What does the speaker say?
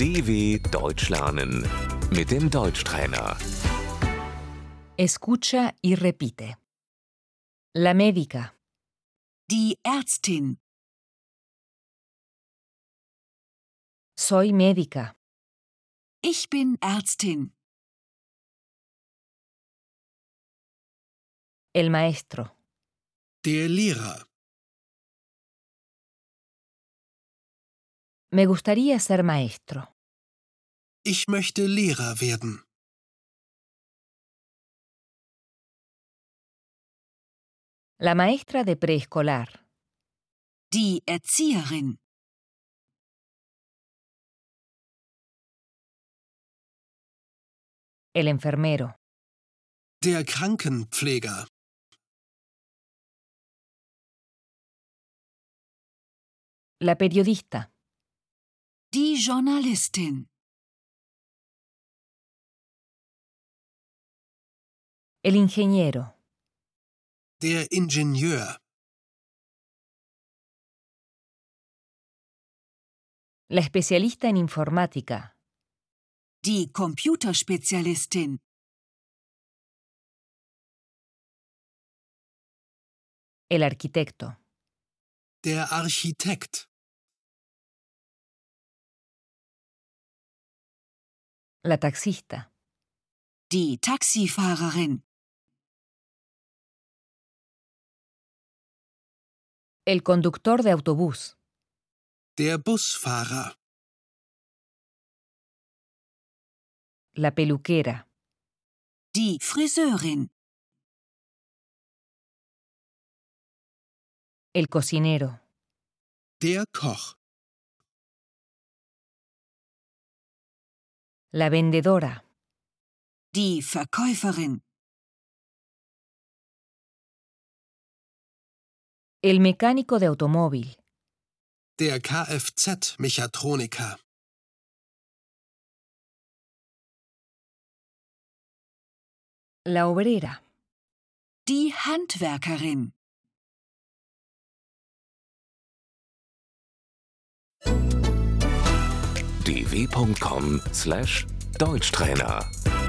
DW Deutsch lernen mit dem Deutschtrainer. Escucha y repite. La médica. Die Ärztin. Soy médica. Ich bin Ärztin. El maestro. Der Lehrer. Me gustaría ser maestro. Ich möchte Lehrer werden. La maestra de preescolar. Die Erzieherin. El enfermero. Der Krankenpfleger. La periodista. Die Journalistin. El ingeniero. Der Ingenieur. La especialista en informática. Die Computerspezialistin. El arquitecto. Der Architekt. La taxista. Die Taxifahrerin. El conductor de autobús. Der Busfahrer. La peluquera. Die Friseurin. El cocinero. Der Koch. La vendedora. Die Verkäuferin. El mecánico de automóvil. Der Kfz-Mechatroniker. La obrera. Die Handwerkerin. dw.com/deutschtrainer